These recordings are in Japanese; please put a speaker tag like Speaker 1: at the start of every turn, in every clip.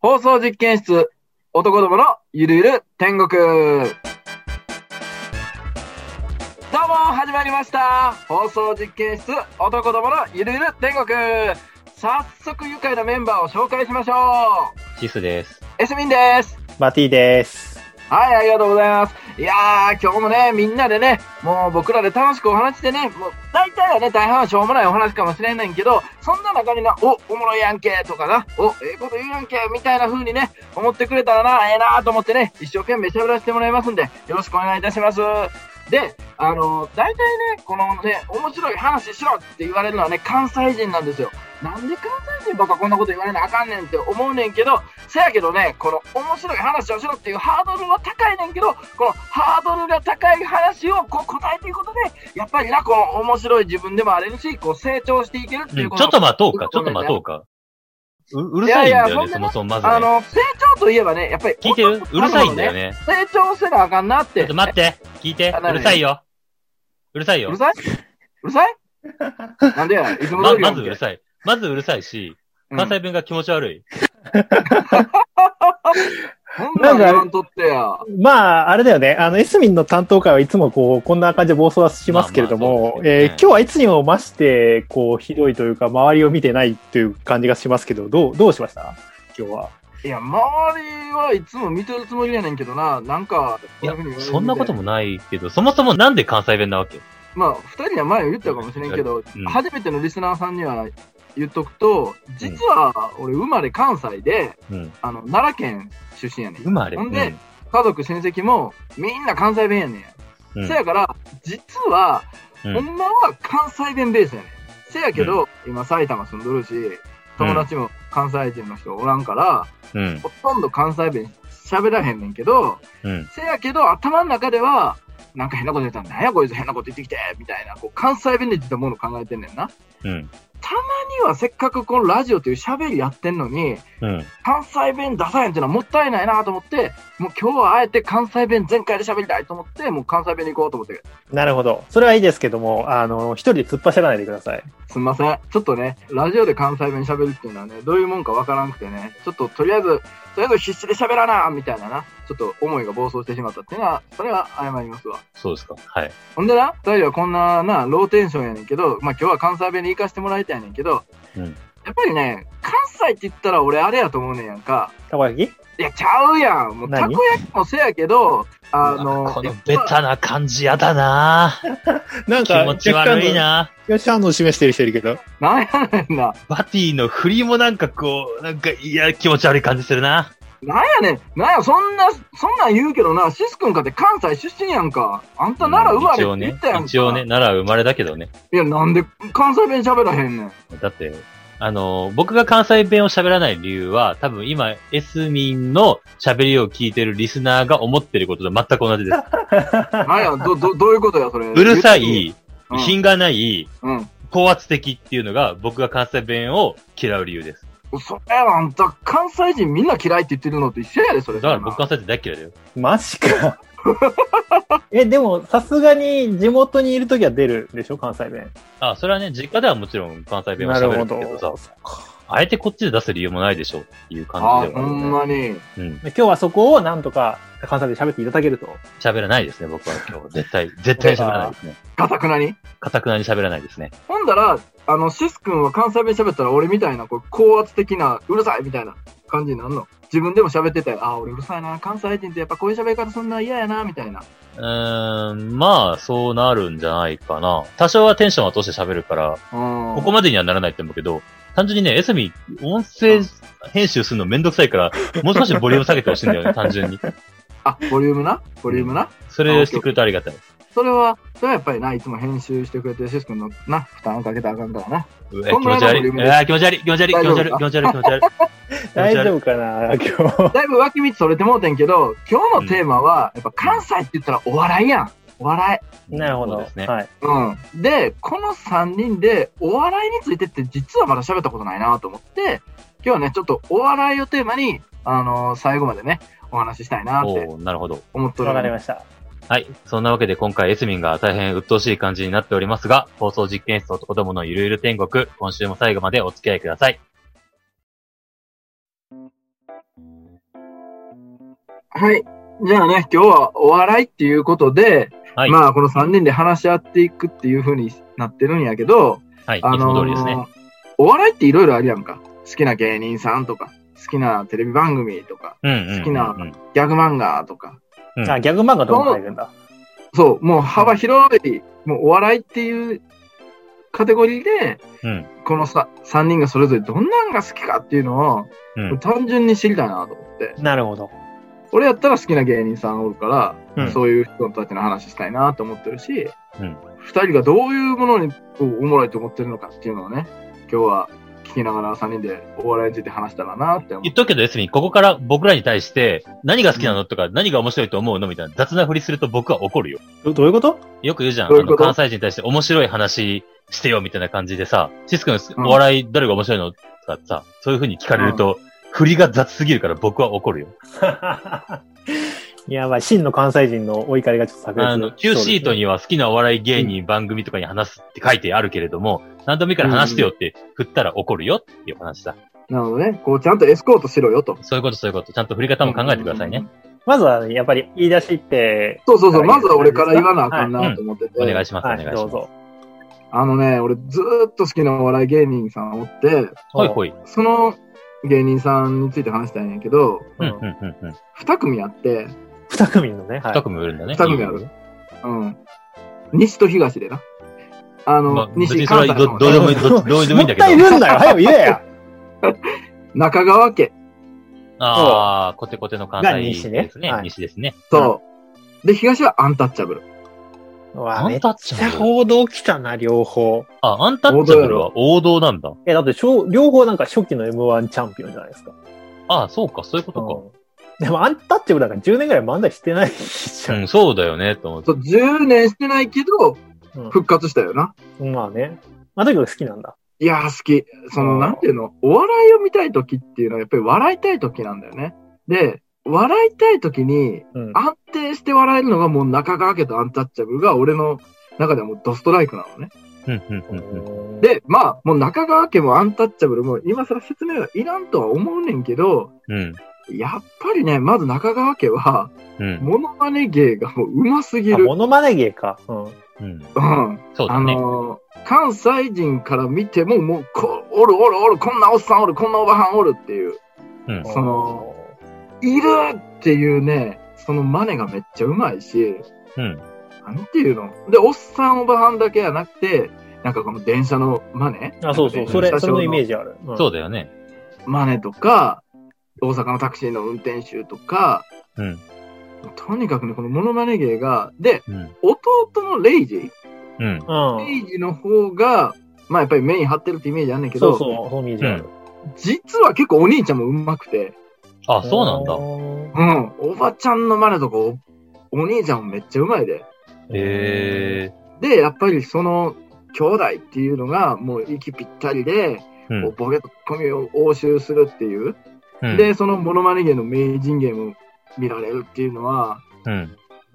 Speaker 1: 放送実験室、男どものゆるゆる天国。どうも、始まりました。放送実験室、男どものゆるゆる天国。早速、愉快なメンバーを紹介しましょ
Speaker 2: シスです。
Speaker 1: う。エスミンです。
Speaker 3: マティです。
Speaker 1: はい、ありがとうございます。いやー、今日もね、みんなでね、もう僕らで楽しくお話ししてね、もう大体はね、大半はしょうもないお話かもしれないんけど、そんな中にな、お、おもろいやんけ、とかな、お、ええこと言うやんけ、みたいな風にね、思ってくれたらな、ええなーと思ってね、一生懸命喋らせてもらいますんで、よろしくお願いいたします。で、あのー、大体ね、このね、面白い話しろって言われるのはね、関西人なんですよ。なんで関西人ばっかこんなこと言われなあかんねんって思うねんけど、せやけどね、この面白い話をしろっていうハードルは高いねんけど、このハードルが高い話をこう答えていくことで、やっぱりな、この面白い自分でもあれるし、こう成長していけるって
Speaker 2: う
Speaker 1: い
Speaker 2: ん
Speaker 1: うこ
Speaker 2: ち
Speaker 1: と。
Speaker 2: ょっと待とうか、ちょっと待とうか。ううるさいんだ
Speaker 1: いやいや
Speaker 2: よ
Speaker 1: そんな
Speaker 2: ね、そもそもまず
Speaker 1: あ
Speaker 2: ね。
Speaker 1: の、成長といえばね、やっぱり。
Speaker 2: 聞いてるうるさいんだよ。ね。
Speaker 1: 成長せなあかんなっ
Speaker 2: ちょ
Speaker 1: て。
Speaker 2: っと待って、聞いて
Speaker 1: あ。
Speaker 2: う
Speaker 1: 何
Speaker 2: るさいよ。うるさい
Speaker 1: えう
Speaker 2: よ
Speaker 1: る。さいうるさい なんでや、いつも
Speaker 2: ま
Speaker 1: 通り
Speaker 2: ま
Speaker 1: やん
Speaker 2: ず
Speaker 1: け
Speaker 2: うるさい。まずうるさいし、
Speaker 1: うん
Speaker 2: 関西弁が気持ち悪い。
Speaker 1: そんなん言わんとってや。
Speaker 3: まあ、あれだよね。あの、エスミンの担当会はいつもこう、こんな感じで暴走はしますけれど
Speaker 2: まあまあ
Speaker 3: も
Speaker 2: そ、うですね
Speaker 3: えー今日はいつにも増して、こう、ひどいというか、周りを見てないっていう感じがしますけど、どう、どうしました今日は。
Speaker 1: いや、周りはいつも見てるつもりやねんけどな、なんか、こう
Speaker 2: いや
Speaker 1: うふうに言われるみたい、
Speaker 2: そんなこともないけど、そもそもなんで関西弁なわけ
Speaker 1: まあ、二人には前も言ったかもしれんけど、
Speaker 2: うん
Speaker 1: 初めてのリスナーさんには言っとくと、実は俺生まれ関西で、
Speaker 2: うん。
Speaker 1: あの、奈良県出身やねん。
Speaker 2: 生まれ。
Speaker 1: ほん
Speaker 2: う
Speaker 1: で家族、親戚もみんな関西弁やねん。
Speaker 2: うん
Speaker 1: せやから、実は、
Speaker 2: うん
Speaker 1: ほんまは関西弁ベースやねん。せやけど、今埼玉住んどるし、友達も関西人の人おらんから、
Speaker 2: うん。
Speaker 1: ほとんど関西弁喋らへんねんけど、
Speaker 2: うん。
Speaker 1: せやけど、頭の中では、なんか変なこと言ったら、なんやこいつ変なこと言ってきて、みたいな、こう関西弁で言ったものを考えてんねんな。
Speaker 2: うん。
Speaker 1: にはせっかくこのラジオという喋りやってんのに、
Speaker 2: うん。
Speaker 1: 関西弁出さへんっていうのはもったいないなと思って、もう今日はあえて関西弁全開で喋りたいと思って、もう関西弁に行こうと思って、
Speaker 3: なるほど。それはいいですけども、あの、一人で突っ走らないでください。
Speaker 1: すみません。ちょっとね、ラジオで関西弁喋るっていうのはね、どういうもんかわからなくてね、ちょっととりあえず、とりあえず必死で喋らなみたいなな、ちょっと思いが暴走してしまったっていうのは、それは謝りますわ。
Speaker 2: そうですか。はい。
Speaker 1: ほんでな、二人はこんなな、ローテンションやねんけど、まあ今日は関西弁に行かしてもらいたいねんけど、
Speaker 2: うん
Speaker 1: やっぱりね、関西って言ったら俺あれやと思うねんやんか。
Speaker 3: たこ焼き
Speaker 1: いや、ちゃうやん。もうた
Speaker 3: 何
Speaker 1: こ焼きもせやけど、あの、
Speaker 2: このベタな感じやだな
Speaker 3: なん
Speaker 2: 気持ち悪い。な
Speaker 3: よし、反応示してる人いるけど。
Speaker 1: なんやねんな。
Speaker 2: バティの振りもなんかこう、なんか、いや、気持ち悪い感じするな
Speaker 1: なんやねん。なんや、そんな、そんなん言うけどな、シス君かって関西出身やんか。あんたなら生まれって言ったやんか。
Speaker 2: 一応ね、一応ね、奈良生まれだけどね。
Speaker 1: いや、なんで関西弁喋らへんね ん。
Speaker 2: だって、あの、僕が関西弁を喋らない理由は、多分今、エスミンの喋りを聞いてるリスナーが思ってることと全く同じです。
Speaker 1: なんや、ど、ど、どういうことや、それ。
Speaker 2: うるさ
Speaker 1: 言っ
Speaker 2: い、
Speaker 1: てみ。
Speaker 2: 品がない、
Speaker 1: うん。うん
Speaker 2: 高圧的っていうのが僕が関西弁を嫌う理由です。
Speaker 1: それあんた関西人みんな嫌いって言ってるのと一緒やで、それ。
Speaker 2: だから僕関西弁大嫌いだよ。
Speaker 3: マジか。 え、でも、さすがに地元にいるときは出るでしょ関西弁。
Speaker 2: あ、それはね、実家ではもちろん関西弁を
Speaker 3: なる
Speaker 2: 喋る
Speaker 3: ほ
Speaker 2: んだけどさ
Speaker 3: ど、。そっか
Speaker 2: あえてこっちで出す理由もないでしょっていう
Speaker 1: あ
Speaker 2: 感じで
Speaker 1: ほ
Speaker 2: はある
Speaker 1: ん
Speaker 2: ね。
Speaker 1: まに。
Speaker 2: うん。
Speaker 3: 今日はそこをなんとか関西で喋っていただけると。
Speaker 2: 喋らないですね、僕は今日。絶対、絶対喋らないですね。
Speaker 1: かたくなに
Speaker 2: かたくなに喋らないですね。
Speaker 1: ほんだら、あの、シス君は関西弁喋ったら俺みたいな、こう、高圧的な、うるさいみたいな感じになるの。自分でも喋ってて、ああ、俺うるさいな、関西人ってやっぱこういう喋り方そんな嫌やな、みたいな。
Speaker 2: うーん、まあ、そうなるんじゃないかな。多少はテンションを落として喋るから、
Speaker 1: こ
Speaker 2: ここまでにはならないと思うけど、単純にね、エスミ、音声編集するのめんどくさいから、もう少しボリューム下げてほしいんだよね、単純に。
Speaker 1: あ、ボリュームなボリュームな、
Speaker 2: それをしてくれてありがたい。
Speaker 1: それは、それはやっぱりな、いつも編集してくれてるシス君のな、負担をかけたらあかんからな。
Speaker 2: うわ気
Speaker 1: こんぐらい
Speaker 2: 持ち
Speaker 1: のボリュ
Speaker 2: 悪
Speaker 1: ー
Speaker 2: い。
Speaker 1: ム
Speaker 2: う
Speaker 1: で
Speaker 2: わ気持ち悪い、気持ち悪い、
Speaker 1: 大
Speaker 2: 気
Speaker 1: 丈
Speaker 2: 持
Speaker 1: 夫
Speaker 2: ち悪い、気持ち悪い、気持ち悪い。
Speaker 3: 大
Speaker 2: 気持ち悪
Speaker 3: 丈
Speaker 2: い
Speaker 3: 夫かな今日。
Speaker 1: だいぶ脇道それてもうてんけど、今日のテーマは、やっぱ関西って言ったらお笑いやん。お笑い。
Speaker 3: なるほ
Speaker 2: そ
Speaker 3: ど。
Speaker 2: うですね。
Speaker 3: はい。
Speaker 1: うん。で、この3人でお笑いについてって実はまだ喋ったことないなと思って、今日はね、ちょっとお笑いをテーマに、あのー最後までね、お話ししたいなって
Speaker 2: おーなるほど。
Speaker 1: 思っとる。
Speaker 3: わかりました。
Speaker 2: はい。そんなわけで今回エスミンが大変鬱陶しい感じになっておりますが、放送実験室男どものゆるゆる天国、今週も最後までお付き合いください。
Speaker 1: はい。じゃあね、今日はお笑いっていうことで、
Speaker 2: はい。
Speaker 1: まあ、この3人で話し合っていくっていうふうになってるんやけど、
Speaker 2: はい。いつ
Speaker 1: あの
Speaker 2: も通りですね。
Speaker 1: お笑いっていろいろあるやんか。好きな芸人さんとか、好きなテレビ番組とか、
Speaker 2: うんうんうんうん。
Speaker 1: 好きなギャグ漫画とか、
Speaker 2: うん
Speaker 3: あ、ギャグ漫画とかも書いてんだ。
Speaker 1: そう、もう幅広い、もうお笑いっていうカテゴリーで、
Speaker 2: うん。
Speaker 1: このさ3人がそれぞれどんなんが好きかっていうの
Speaker 2: う
Speaker 1: を
Speaker 2: ん。
Speaker 1: 単純に知りたいなと思って。
Speaker 3: なるほど。
Speaker 1: 俺やったら好きな芸人さんおるから、
Speaker 2: うん
Speaker 1: そういう人たちの話したいなと思ってるし、
Speaker 2: うん
Speaker 1: 二人がどういうものにこうおもろいと思ってるのかっていうのをね、今日は聞きながら3人でお笑いについて話したらなって思
Speaker 2: 言
Speaker 1: う。
Speaker 2: っとくけど、別に、ここから僕らに対して、何が好きなのとか、何が面白いと思うのみたいな雑なふりすると僕は怒るよ。
Speaker 3: どどういうこと
Speaker 2: よく言うじゃん。
Speaker 1: どうい
Speaker 2: あ
Speaker 1: うこ
Speaker 2: の、
Speaker 1: と
Speaker 2: 関西人に対して面白い話してよみたいな感じでさ、シス君
Speaker 1: ん、
Speaker 2: お笑い誰が面白いのとかさ、そういう風に聞かれると、振りが雑すぎるから僕は怒るよ。
Speaker 3: やばい、真の関西人のお怒りがちょっと炸裂
Speaker 2: あの、Q シートには好きなお笑い芸人番組とかに話すって書いてあるけれども、何度もいいから話してよって振ったら怒るよっていう話だ。
Speaker 1: なのでね、こうちゃんとエスコートしろよと。
Speaker 2: そういうことそういうこと。ちゃんと振り方も考えてくださいね。
Speaker 3: まずは、やっぱり言い出しって、
Speaker 1: そうそうそう、まずは俺から言わなあかんなと思ってて。
Speaker 2: お願いします、お
Speaker 3: は
Speaker 2: 願い
Speaker 3: い、
Speaker 2: し
Speaker 3: どう
Speaker 2: ます。
Speaker 3: ぞ。
Speaker 1: あのね、俺ずーっと好きなお笑い芸人さんおって、
Speaker 2: ほいほい。
Speaker 1: その芸人さんについて話したいんやけど、
Speaker 2: うん、
Speaker 3: う
Speaker 2: うんん、うん、うん。
Speaker 1: 二組あって、
Speaker 3: 二組のね、はい
Speaker 2: 二組もいるんだね。
Speaker 1: 二組ある。うん。西と東でな。あの、
Speaker 2: まあ、別
Speaker 1: 西
Speaker 2: にそれ
Speaker 1: 関西
Speaker 2: は
Speaker 1: の方
Speaker 2: どどう
Speaker 1: ね
Speaker 2: でもいい、どどうでもいいんだけ
Speaker 3: もったい
Speaker 2: ど。
Speaker 3: るんだよ、早く言えや。
Speaker 1: 中川家。
Speaker 2: ああ、コテコテの関
Speaker 3: が
Speaker 2: 西
Speaker 3: 西ね
Speaker 2: ですね
Speaker 3: は。い
Speaker 2: 西ですね。
Speaker 1: そう。で、東はアンタッチャブル。
Speaker 3: うわ
Speaker 2: ア
Speaker 3: め
Speaker 2: ン
Speaker 3: っ
Speaker 2: タッチ
Speaker 3: ちゃ
Speaker 2: ャブル。
Speaker 3: 報道来たな、両方。
Speaker 2: あ、アンタッチャブルは王道なんだ。
Speaker 3: え、だってしょ、両方なんか初期の M1 チャンピオンじゃないですか。
Speaker 2: ああ、そうか、そういうこと
Speaker 3: うんでも、アンタッチャブルなんか10年ぐらい漫才してないじ
Speaker 2: か。
Speaker 3: ゃ
Speaker 2: うんん、そうだよね、と思っ
Speaker 1: そ
Speaker 2: て
Speaker 1: う、10年してないけど、復活したよな。
Speaker 3: うん。まあね。まあ、だけど好きなんだ。
Speaker 1: いやー、好き。その、
Speaker 3: うん
Speaker 1: なんていうの、お笑いを見たい時っていうのは、やっぱり笑いたい時なんだよね。で、笑いたい時に、
Speaker 3: うん。
Speaker 1: 安定して笑えるのがもう中川家とアンタッチャブルが俺の中ではもうドストライクなのね。
Speaker 2: うん、うん、うんうん。
Speaker 3: うん、
Speaker 1: で、まあ、もう中川家もアンタッチャブルも今更説明はいらんとは思うねんけど、
Speaker 2: うん。
Speaker 1: やっぱりね、まず中川家は、
Speaker 2: うん。
Speaker 1: モノマネ芸がもう上手すぎ
Speaker 3: あ
Speaker 1: る。
Speaker 3: モノマネ芸か。う
Speaker 2: う
Speaker 3: ん。
Speaker 2: ん。
Speaker 1: うん。
Speaker 2: そう
Speaker 1: あ
Speaker 2: だね。
Speaker 1: のー関西人から見ても、もう、こおるおるおる、こんなおっさんおる、こんなおばはんおるっていう、
Speaker 2: うん。
Speaker 1: その、いるっていうね、そのマネがめっちゃうまいし、
Speaker 2: うん。
Speaker 1: なんていうので、おっさんおばはんだけじゃなくて、なんかこの電車のマネ
Speaker 3: あ、そうそう。それ、それのイメー
Speaker 1: ジ。
Speaker 3: ジある。うん
Speaker 2: そうだよね。
Speaker 1: マネとか、大阪のタクシーの運転手とか、
Speaker 2: うん。
Speaker 1: とにかくね、このモノマネ芸が、で、
Speaker 2: うん。
Speaker 1: 弟のレイジ、
Speaker 2: うん。
Speaker 3: うん。
Speaker 1: レイジの方が、まあやっぱりメイン張ってるってイメージあんねんけ
Speaker 3: そ
Speaker 1: ど、
Speaker 3: うそう。そのイメージある。
Speaker 1: 実は結構お兄ちゃんもうまくて、
Speaker 2: あ、そうなんだ。
Speaker 3: だ。
Speaker 1: うん、おばちゃんのマネとかお、お兄ちゃんもめっちゃうまいで。
Speaker 2: へえ。
Speaker 1: で、やっぱりその、兄弟っていうのがもう息ぴったりで、
Speaker 2: う。
Speaker 1: こうんボケとツッコミを応酬するっていう。
Speaker 2: うん
Speaker 1: で、そのモノマネ芸の名人芸も見られるっていうのは、
Speaker 2: うん。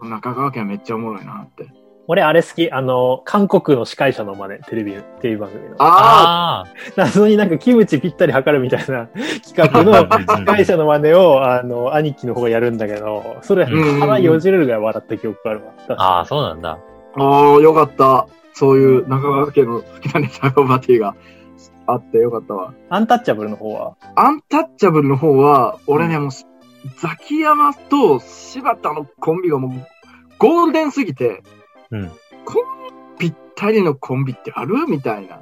Speaker 1: 中川家はめっちゃおもろいなって。
Speaker 3: 俺、あれ好き。あの、韓国の司会者の真似、テレビ、テレビ番組の。
Speaker 1: ああ
Speaker 2: ああ。
Speaker 3: 謎になんかキムチぴったり測るみたいな 企画の司会者の真似を、あの、兄貴の方がやるんだけど、それ、
Speaker 2: うん
Speaker 3: 腹よじれるぐらい笑った記憶があるわ。
Speaker 2: ああ、そうなんだ。
Speaker 1: ああ、よかった。そういう中川家の好きなネタのバティがあってよかったわ。
Speaker 3: アンタッチャブルの方は。
Speaker 1: アンタッチャブルの方は、俺ね、もう、ザキヤマと柴田のコンビがもう、ゴールデンすぎて、
Speaker 2: うん。
Speaker 1: ぴったりのコンビってあるみたいな。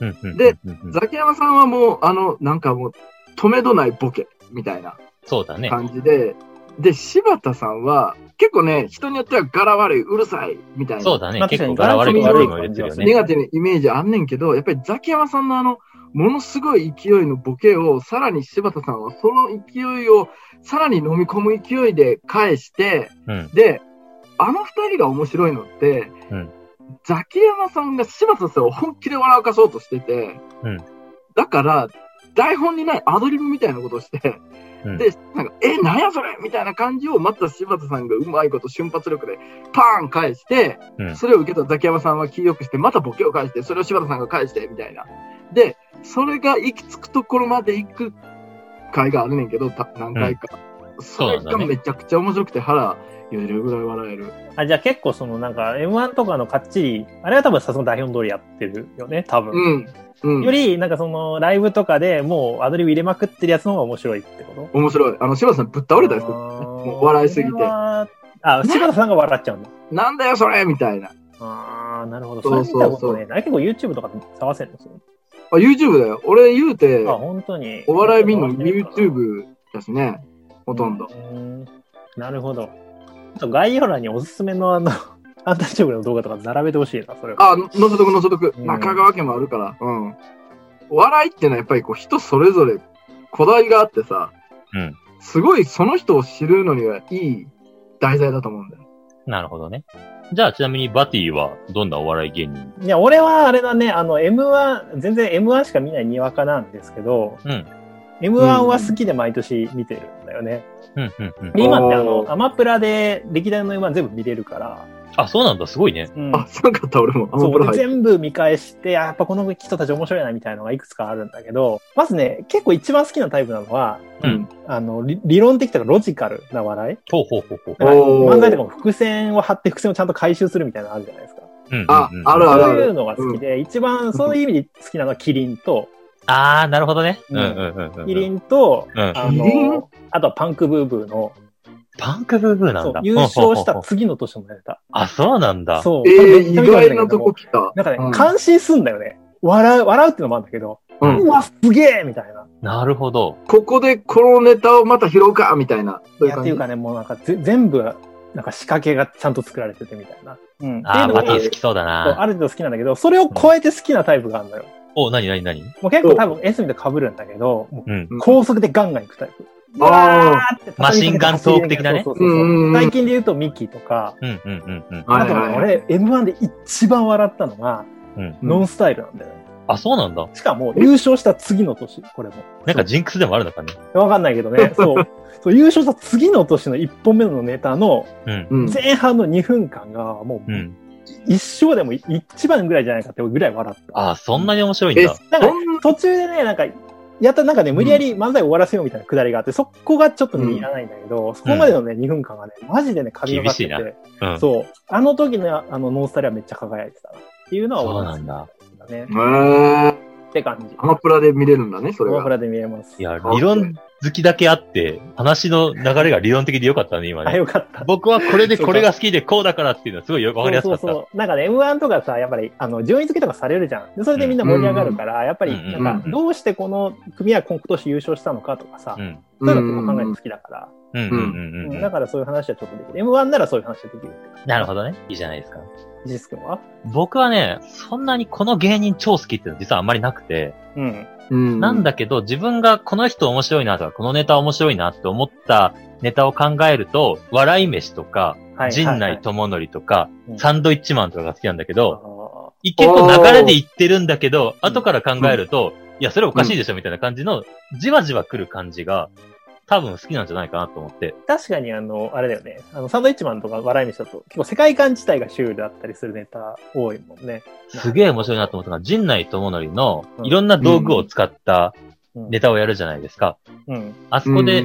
Speaker 2: うん。うん
Speaker 1: で、
Speaker 2: うんうん
Speaker 1: ザキヤマさんはもう、あの、なんかもう、止めどないボケ、みたいな。
Speaker 2: そうだね。
Speaker 1: 感じで、で、柴田さんは、結構ね、人によっては柄悪い、うるさい、みたいな。
Speaker 2: そうだね
Speaker 3: ま。あ
Speaker 2: 結構
Speaker 3: 確か
Speaker 2: 柄
Speaker 3: に
Speaker 2: 悪
Speaker 1: 柄
Speaker 2: い悪い
Speaker 1: 悪い
Speaker 2: も出てるよ
Speaker 1: ネ
Speaker 2: ね。
Speaker 1: ガティブなイメージあんねんけど、やっぱりザキヤマさんのあの、ものすごい勢いのボケを、さらに柴田さんはその勢いを、さらに飲み込む勢いで返して、
Speaker 2: うん。
Speaker 1: で、あの二人が面白いのって、
Speaker 2: うん
Speaker 1: ザキヤマさんが柴田さんを本気で笑かそうとしてて、
Speaker 2: うん
Speaker 1: だから、台本にないアドリブみたいなことをして、
Speaker 2: うん
Speaker 1: で、なんか、え、なんやそれみたいな感じを、また柴田さんがうまいこと瞬発力で、パーン返して、
Speaker 2: うん
Speaker 1: それを受けたザキヤマさんは気よくして、またボケを返して、それを柴田さんが返して、みたいな。で、それが行き着くところまで行く回があるねんけど、た何回か。それ
Speaker 2: そうなん
Speaker 1: が
Speaker 2: だね
Speaker 1: めちゃくちゃ面白くて腹よじるぐらい笑える。
Speaker 3: あ、じゃあ結構そのなんか M1 とかのかっちり、あれは多分さすが代表通りやってるよね、多分。
Speaker 1: うん。うん。
Speaker 3: より、なんかそのライブとかでもうアドリブ入れまくってるやつの方が面白いってこと
Speaker 1: 面白い。あの、柴田さんぶっ倒れたんですよ。
Speaker 3: も
Speaker 1: う笑いすぎて
Speaker 3: あ、柴田さんが笑っちゃうんだ。
Speaker 1: なんだよ、それみたいな。
Speaker 3: ああ、なるほど。そ
Speaker 1: そ
Speaker 3: れ
Speaker 1: うそうそう
Speaker 3: 見たことねえな。結構 YouTube とかで探せるんですよ。
Speaker 1: あ、YouTube だよ。俺言うて、
Speaker 3: あ、本当に。
Speaker 1: お笑い見んの YouTube だしね。ほとんど
Speaker 3: う。ーん。なるほど。あと概要欄におすすめのあ の、アンタッチャブルの動画とか並べてほしいな、それは。
Speaker 1: あ、のぞとくのぞとく。
Speaker 3: うん
Speaker 1: 中川家もあるから。うん。お笑いってのはやっぱりこう人それぞれこだわりがあってさ、
Speaker 2: うん
Speaker 1: すごいその人を知るのにはいい題材だと思うんだよ。
Speaker 2: なるほどね。じゃあ、ちなみにバティはどんなお笑い芸人
Speaker 3: いや、俺はあれだね、あの、M1、全然 M1 しか見ないにわかなんですけど、
Speaker 2: うん。
Speaker 3: M1 は好きで毎年見てるんだよね。
Speaker 2: うん、うん、うん。
Speaker 3: で今ってあ
Speaker 1: お
Speaker 3: の、
Speaker 1: ー
Speaker 3: アマプラで歴代の M1 全部見れるから、
Speaker 2: あ、そうなんだ。すごいね。
Speaker 3: うん
Speaker 1: あ、知らんかった俺も。アマ
Speaker 3: そ
Speaker 1: プ
Speaker 3: う
Speaker 1: ロ
Speaker 3: で
Speaker 1: 入って。
Speaker 3: 全部見返して、あやっぱこの人たち面白いなみたいなのがいくつかあるんだけど、まずね、結構一番好きなタイプなのは、
Speaker 2: 全
Speaker 3: あの、理理論的とかロジカルな笑い。
Speaker 2: ほうほうほうほう。
Speaker 1: おー
Speaker 3: 漫才とかも伏線を張って伏線をちゃんと回収するみたいなのあるじゃないですか。
Speaker 2: うんうんうん
Speaker 1: あ、あるある
Speaker 3: そ
Speaker 1: あ
Speaker 3: ういう
Speaker 1: る。
Speaker 3: のが好きで、一番そういう意味で好きなのはキリンと、
Speaker 2: あー、なるほどね。
Speaker 3: う
Speaker 2: うんん、うん、うんうん。
Speaker 3: キリンと、
Speaker 2: うん。
Speaker 3: あ
Speaker 1: キリン
Speaker 3: の、あとはパンクブーブーの、
Speaker 2: パンクブーブーな
Speaker 3: そ
Speaker 2: ん
Speaker 3: う
Speaker 2: だ。
Speaker 3: 優勝し
Speaker 2: ほうほうほ
Speaker 3: た
Speaker 2: うほう。
Speaker 3: 次の年のネタ。
Speaker 2: あ、そう なんだ。
Speaker 3: そう。
Speaker 1: え
Speaker 3: めっ
Speaker 1: ー、
Speaker 3: ちゃ
Speaker 1: 意
Speaker 3: 見たんだけ
Speaker 1: 外
Speaker 3: ど
Speaker 1: なとこ来た。
Speaker 3: なんかね
Speaker 1: う、ん
Speaker 3: 感心すんだよね。笑う、笑うってのもあるんだけど、
Speaker 1: う。
Speaker 3: うんわ、すげえみたいな。
Speaker 2: なるほど。
Speaker 1: ここでこのネタをまた拾うかみたいな。
Speaker 3: い
Speaker 1: そういう
Speaker 3: や、っ
Speaker 1: 感
Speaker 3: て
Speaker 1: じ
Speaker 3: いうかね、もうなんかぜ全部、なんか仕掛けがちゃんと作られててみたいな。うん。
Speaker 2: あー、
Speaker 3: ってい
Speaker 2: バ
Speaker 3: う
Speaker 2: テ
Speaker 3: のが
Speaker 2: ィ好きそうだ
Speaker 3: そうあ
Speaker 2: な。
Speaker 3: る程度好きなんだけど、それを超えて好きなタイプがあるのよ。
Speaker 2: お、なになになに
Speaker 3: もう結構多分、エスミと被るんだけど、もう
Speaker 2: うん。
Speaker 1: うん
Speaker 3: 高速でガンガン行くタイプ。
Speaker 1: あー
Speaker 3: わーって
Speaker 2: マシンガントーク的なね
Speaker 3: そうそうそう
Speaker 1: うんうんうん
Speaker 3: 最近で言うとミキとか、
Speaker 2: うん、うん、うん、うん。
Speaker 1: は
Speaker 3: あ
Speaker 1: い
Speaker 3: と
Speaker 1: はい
Speaker 3: ね、
Speaker 1: はい。
Speaker 3: 俺、M1 で一番笑ったのが、
Speaker 2: うん。
Speaker 3: ノンスタイルなんだよね。
Speaker 2: あ、そうなんだ。
Speaker 3: しかも、優勝した次の年、これも。
Speaker 2: なんかジンクスでもあるのかね。
Speaker 3: わかんないけどね。そう。そう、優勝した次の年の1本目のネタの
Speaker 2: うん。
Speaker 1: うん。
Speaker 3: 前半の2分間が、も
Speaker 2: う、
Speaker 3: う
Speaker 2: ん。
Speaker 3: 一生でも一番ぐらいじゃないかってぐらい笑った。
Speaker 2: あー、そんなに面白いん
Speaker 1: え、
Speaker 2: だ。
Speaker 3: なんか
Speaker 1: そんな
Speaker 3: 途中でね、なんか、やったなんかね、無理やり漫才終わらせようみたいなくだりがあって、そこがちょっとね、
Speaker 1: うん
Speaker 3: いらないんだけど、そこまでのね、2分間がね、マジでね、神がかって
Speaker 2: 厳
Speaker 3: て、
Speaker 2: うん。
Speaker 3: そう、あの時のあの、ノンスタイルはめっちゃ輝いてたな。っていうのは
Speaker 2: そう
Speaker 3: 俺
Speaker 2: なん
Speaker 3: の
Speaker 2: だ。
Speaker 3: 好きだね。
Speaker 1: へえ。
Speaker 3: って感じ。
Speaker 1: アマプラで見れるんだね、それ
Speaker 3: アマプ
Speaker 1: が。
Speaker 3: ラで見えます
Speaker 2: い。や、理論好きだけあって、話の流れが理論的でよかったね、今
Speaker 3: あ、
Speaker 2: ね。
Speaker 3: よかった。
Speaker 2: 僕はこれでこれが好きでこうだからっていうのはすごいよくわかりやすかった。
Speaker 3: そうそうそう。なんかね、M1 とかさ、やっぱり、あの、順位付けとかされるじゃん。でそれでみんな盛り上がるから、やっぱり、
Speaker 2: うん
Speaker 3: なん
Speaker 1: う
Speaker 3: か、
Speaker 1: ん
Speaker 3: どうしてこの組は今年優勝したのかとかさ、
Speaker 2: うん。
Speaker 3: そういうのっても考えて好きだから、
Speaker 2: うんうんうん
Speaker 3: うん
Speaker 2: う
Speaker 3: だ
Speaker 2: ん。
Speaker 3: からそういう話はちょっとできる。M1 ならそういう話はできる。
Speaker 2: なるほどね。いいじゃないですか。
Speaker 3: ジス君は
Speaker 2: 僕はね、そんなにこの芸人超好きっていうのは実はあんまりなくて、
Speaker 3: うん。
Speaker 1: うん。
Speaker 2: なんだけど自分がこの人面白いなとか、このネタ面白いなって思ったネタを考えると、笑い飯とか、
Speaker 3: はい
Speaker 2: 陣内智則とか
Speaker 3: う、ん
Speaker 2: サンドイッチマンとかが好きなんだけど、
Speaker 3: あ
Speaker 2: い結構流れで言ってるんだけど、後から考えると、いや、それおかしいでしょみたいな感じの、じわじわ来る感じが、多分好きなんじゃないかなと思って。
Speaker 3: ー確かにあの、あれだよね。あの、サンドイッチマンとか笑い飯だと、結構世界観自体がシュールだったりするネタ多いもんね。
Speaker 2: すげえ面白いなと思ったのが、陣内智則の
Speaker 3: うん
Speaker 2: いろんな道具を使った
Speaker 3: うん
Speaker 2: ネタをやるじゃないですか。
Speaker 3: うん。
Speaker 2: あそこで、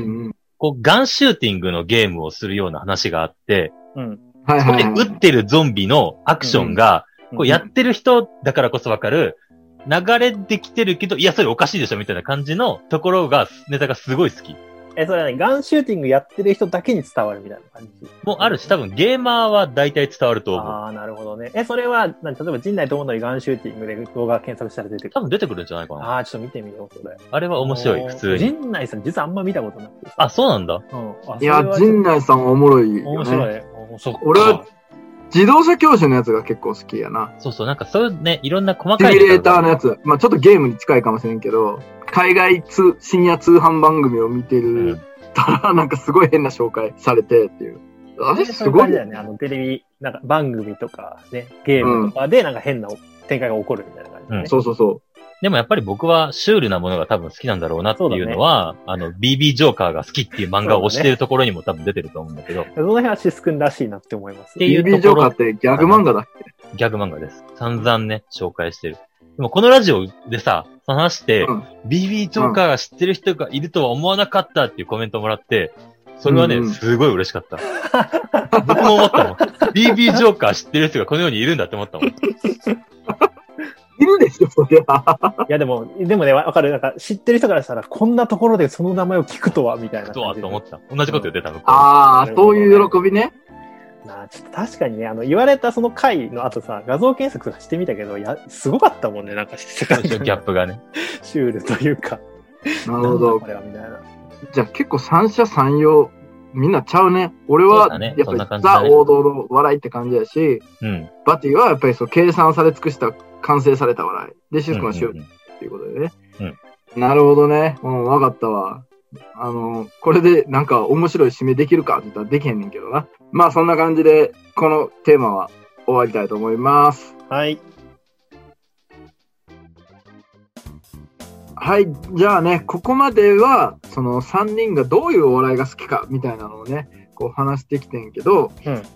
Speaker 2: こう、ガンシューティングのゲームをするような話があって、
Speaker 3: うん。
Speaker 1: はい
Speaker 2: そこ
Speaker 1: は
Speaker 2: で
Speaker 1: いはい
Speaker 2: 撃ってるゾンビのアクションが、こうやってる人だからこそわかる、流れできてるけど、いや、それおかしいでしょみたいな感じのところが、ネタがすごい好き。
Speaker 3: え、それはね、ガンシューティングやってる人だけに伝わるみたいな感じ。
Speaker 2: もうあるし、多分ゲーマーは大体伝わると思う。
Speaker 3: ああ、なるほどね。え、それは、なん例えば陣内智則ガンシューティングで動画検索したら出てく
Speaker 2: 多
Speaker 3: る。
Speaker 2: 分出てくるんじゃないかな。
Speaker 3: ああ、ちょっと見てみよう、それ。
Speaker 2: あれは面白
Speaker 3: あ
Speaker 2: い、
Speaker 3: のー
Speaker 2: 普通に。
Speaker 3: 陣内さん、実はあんま見たことなくてさ。
Speaker 2: あ、そうなんだ。
Speaker 3: うん。あ
Speaker 1: いや、
Speaker 3: それは
Speaker 1: 陣内さんおもろいよ
Speaker 3: 面
Speaker 1: ね。
Speaker 3: 白い。おそっか
Speaker 1: 俺は自動車教習のやつが結構好きやな。
Speaker 2: そうそう、なんかそういうね、いろんな細
Speaker 1: シ
Speaker 2: か
Speaker 1: ミ
Speaker 2: い。
Speaker 1: ュレーターのや。つ。まあちょっとゲームに近いかもしれんけど、海外通深夜通販番組を見て
Speaker 2: うん
Speaker 1: る。たら、なんかすごい変な紹介されてっていう。あれすご
Speaker 3: あ
Speaker 1: い
Speaker 3: れだ
Speaker 1: よ
Speaker 3: よね。
Speaker 1: ね。
Speaker 3: あの、テレビ、なんか番組とかね、ゲームとかで、なんか変な展開が起こるみたいな感じ、ね
Speaker 2: うん
Speaker 1: そうそうそ
Speaker 2: でもやっぱり僕はシュールなものが多分好きなんだろうなっていうのは、あの、BB ジョーカーが好きっていう漫画を推してるところにも多分出てると思うんだけど、
Speaker 3: その辺はシス君らしいなって思います。
Speaker 1: う。
Speaker 2: ていう
Speaker 1: BB ジョーカーってギャグ漫画だっけ
Speaker 2: ギャグ漫画です。散々ね、紹介してる。でもこのラジオでさ、話して、
Speaker 1: うん
Speaker 2: BB ジョーカーが知ってる人がいるとは思わなかったっていうコメントもらって、それは
Speaker 1: う
Speaker 2: ね、
Speaker 1: ん
Speaker 2: すごい嬉しかった。僕も思ったもん。BB ジョーカー知ってる人がこの世にいるんだって思ったもん。
Speaker 1: いるでしょ、そりゃ。
Speaker 3: いや、でも、でもね、わわかる。なんか、知ってる人からしたら、こんなところでその名前を聞くとは、みたいな感じで。
Speaker 2: どうはと思った。同じこと言ってたの。
Speaker 1: あ
Speaker 3: な
Speaker 1: あ、
Speaker 3: るほ
Speaker 1: そ
Speaker 3: ど
Speaker 1: う
Speaker 3: ね
Speaker 1: いう喜びね。
Speaker 3: なあちょっと確かにね、あの、言われたその回の後さ、画像検索とかしてみたけど、や、すごかったもんね、なんか、世界
Speaker 2: ギャ
Speaker 3: の
Speaker 2: ップがね。
Speaker 3: シュールというか。
Speaker 1: な
Speaker 3: な
Speaker 1: るほ
Speaker 3: ん
Speaker 1: ど
Speaker 3: だこ。れは、みたいな。
Speaker 1: じゃあ結構三者三様、みんなちゃうね。俺
Speaker 2: そう
Speaker 1: は、
Speaker 2: だね
Speaker 1: やっ
Speaker 2: そんな
Speaker 1: ぱ
Speaker 2: 感
Speaker 1: り
Speaker 2: じだ
Speaker 1: ザ
Speaker 2: ね
Speaker 1: 王道の笑いって感じやし、
Speaker 2: うん。
Speaker 1: バティはやっぱりそう計算され尽くした、完成された笑い。で、シスコのシュー
Speaker 2: うんうんうん
Speaker 1: っていうことでね。なるほどね。うん、わかったわ。あの、これでなんか面白い締めできるかって言ったらできへんねんけどな。まあそんな感じで、このテーマは終わりたいと思います。
Speaker 3: はい。
Speaker 1: はい。じゃあね、ここまでは、その3人がどういうお笑いが好きかみたいなのをね、こう話してきてんけど、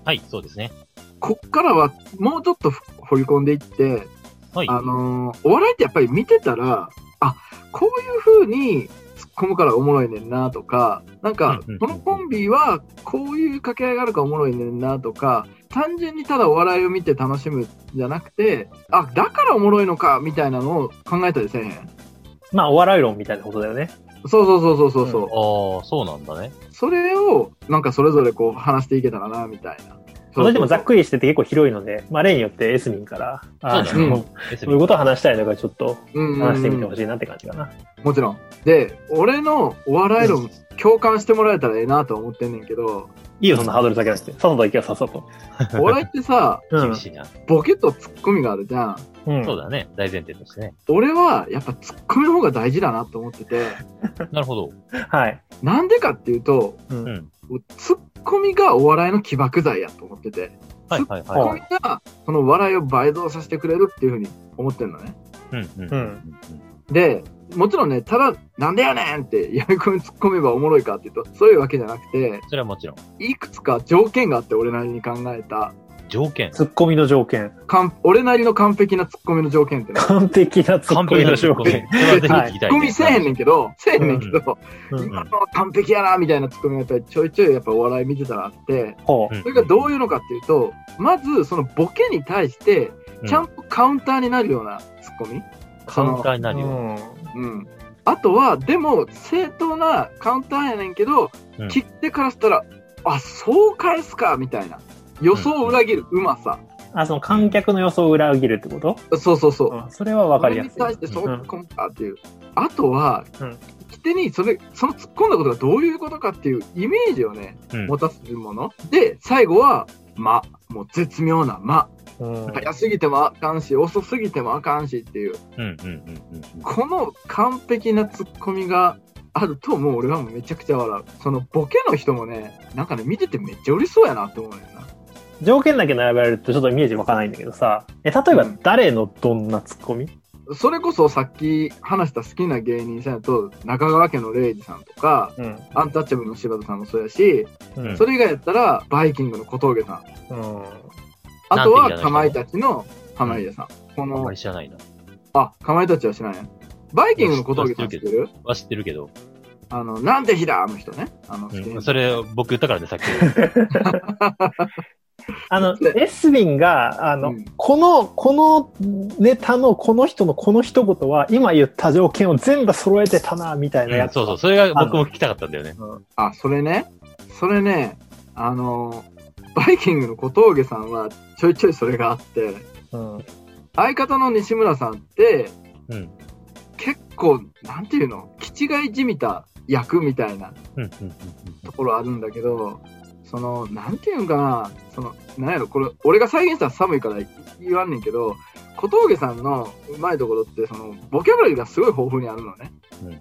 Speaker 2: はい、そうですね。
Speaker 1: こっからはもうちょっと掘り込んでいって、
Speaker 2: はい。
Speaker 1: あのーお笑いってやっぱり見てたら、あ、こういう風に突っ込むからおもろいねんなとか、なんか
Speaker 2: うんうんうん、
Speaker 1: このコンビはこういう掛け合いがあるからおもろいねんなとか、単純にただお笑いを見て楽しむんじゃなくて、あ、だからおもろいのかみたいなのを考えたりせえへん。
Speaker 3: まあ、お笑い論みたいなことだよね。
Speaker 1: そうそうそうそうそうそう。
Speaker 2: ああ、そうなんだね。
Speaker 1: それを、なんかそれぞれこう話していけたらな、みたいな。
Speaker 3: それでもざっくりしてて結構広いので、まあ、例によってエスミンから、あ
Speaker 2: そ
Speaker 1: だ
Speaker 2: う
Speaker 1: ね
Speaker 3: の
Speaker 1: う
Speaker 2: 別
Speaker 3: そういう
Speaker 2: に。
Speaker 3: ことを話したいのがちょっと
Speaker 1: り
Speaker 3: 話してみてほしいなって感じかな。
Speaker 1: もちろん。で、俺のお笑い論、共感してもらえたらええなと思ってんねんけど、
Speaker 3: いいよ、そんなハードル下げなくて。さっさと行けよ、さっさと。
Speaker 1: お笑いってさ、
Speaker 3: うん
Speaker 2: 厳。しいな。
Speaker 1: ボケとツッコミがあるじゃん。
Speaker 3: うん
Speaker 2: そうだね。大前提としてね。
Speaker 1: 俺はやっぱツッコミの方が大事だなと思ってて、
Speaker 2: なるほど。
Speaker 3: はい。
Speaker 1: なんでかっていうと、
Speaker 3: う。
Speaker 2: うんん。
Speaker 1: ツッコミがお笑いの起爆剤やと思ってて、
Speaker 2: はいはい
Speaker 1: ツッコ
Speaker 2: は
Speaker 1: ミがその笑いを倍増させてくれるっていうふうに思ってるのね。
Speaker 2: い。うんうんうん。
Speaker 1: で、もちろんね、ただ、なんでやねんって、やみこみ突っ込めばおもろいかっていうと、そういうわけじゃなくて、
Speaker 2: それはもちろん。
Speaker 1: いくつか条件があって、俺なりに考えた、
Speaker 2: 条件。
Speaker 3: ツッコミの条件。
Speaker 1: かん俺なりの完璧な突っ込みの条件ってね、
Speaker 3: 完璧なツッ
Speaker 2: 完璧
Speaker 3: コミ
Speaker 2: な
Speaker 3: の
Speaker 2: ツッ
Speaker 3: 条
Speaker 2: コミ。そ
Speaker 3: 件。
Speaker 2: れ はぜひ聞き
Speaker 1: ツッ
Speaker 2: たい
Speaker 1: コ
Speaker 2: ね。
Speaker 1: ミせえへんねんけど、せえへんねんけど、
Speaker 3: うん
Speaker 1: 今のは完璧やなみたいなツッコミがやっぱりちょいちょいやっぱお笑い見てたらあって、
Speaker 3: ほ
Speaker 2: うん
Speaker 1: それがどういうのかっていうと、まずそのボケに対して、ちゃんとカウンターになるようなツッコミ。
Speaker 2: カウンターに
Speaker 3: う。
Speaker 2: なるよ。
Speaker 1: うん。あとは、でも正当なカウンターやねんけど、
Speaker 2: うん
Speaker 1: 切ってからしたら、あ、そう返すかみたいな。予想を裏切るうまさ。
Speaker 3: あ、その観客の予想を裏切るってこと
Speaker 1: そうそうそう。
Speaker 3: うんそれはわかりやすい
Speaker 1: そ。れに対してそう突っ込むかっていう。あとは、
Speaker 3: うん
Speaker 1: 聞き手にそれ、その突っ込んだことがどういうことかっていうイメージをね、
Speaker 2: うん
Speaker 1: 持たせるもの。で、最後は、間。もう絶妙な間。
Speaker 3: うん
Speaker 1: 早すぎてもあかんし、遅すぎてもあかんしっていう。
Speaker 2: うんうんうんうんうん。
Speaker 1: この完璧な突っ込みが、あるともう俺はもうめちゃくちゃ笑う。そのボケの人もね、なんかね、見ててめっちゃ嬉しそうやなって思うねんな。
Speaker 3: 条件だけ並べられるとちょっとイメージわかないんだけどさ、え、例えば誰のどんなツッコミ
Speaker 1: それこそさっき話した好きな芸人さんやと、中川家の礼二さんとか、
Speaker 3: うん。
Speaker 1: アンタッチャブルの柴田さんもそうやし、
Speaker 3: うん
Speaker 1: それ以外やったら、バイキングの小峠さん。
Speaker 3: うん。
Speaker 1: あとは、
Speaker 2: なんて言うの
Speaker 1: かまいたちの濱家さん。こ
Speaker 2: あんま
Speaker 1: の
Speaker 2: り、知らないな。
Speaker 1: あ、かまいたちは知らない。バイキングの小峠さん知ってる
Speaker 2: は知ってるけど。
Speaker 1: あの、なんて日だあの人ね。あの、好き
Speaker 2: う
Speaker 1: なん
Speaker 2: それ、僕言ったからね、さ っき。
Speaker 3: あの
Speaker 1: で、
Speaker 3: エスビンが、あの、
Speaker 1: うん
Speaker 3: この、このネタのこの人のこの一言は、今言った条件を全部揃えてたな、みたいな
Speaker 2: う
Speaker 3: や
Speaker 2: ん
Speaker 3: つ。
Speaker 2: そうそう。それが僕も聞きたかったんだよね。
Speaker 1: あ、それね。それね、あの、バイキングの小峠さんは、ちょいちょいそれがあって、
Speaker 3: うん。
Speaker 1: 相方の西村さんって、
Speaker 2: うん。
Speaker 1: 結構、なんていうの、気違いじみた役みたいな
Speaker 2: うんうんうん
Speaker 1: ところあるんだけど、その、なんていうんかな、その、なんやろ、これ、俺が再現したら寒いから言わんねんけど、小峠さんのうまいところって、その、ボキャブラリーがすごい豊富にあるのね。
Speaker 2: うん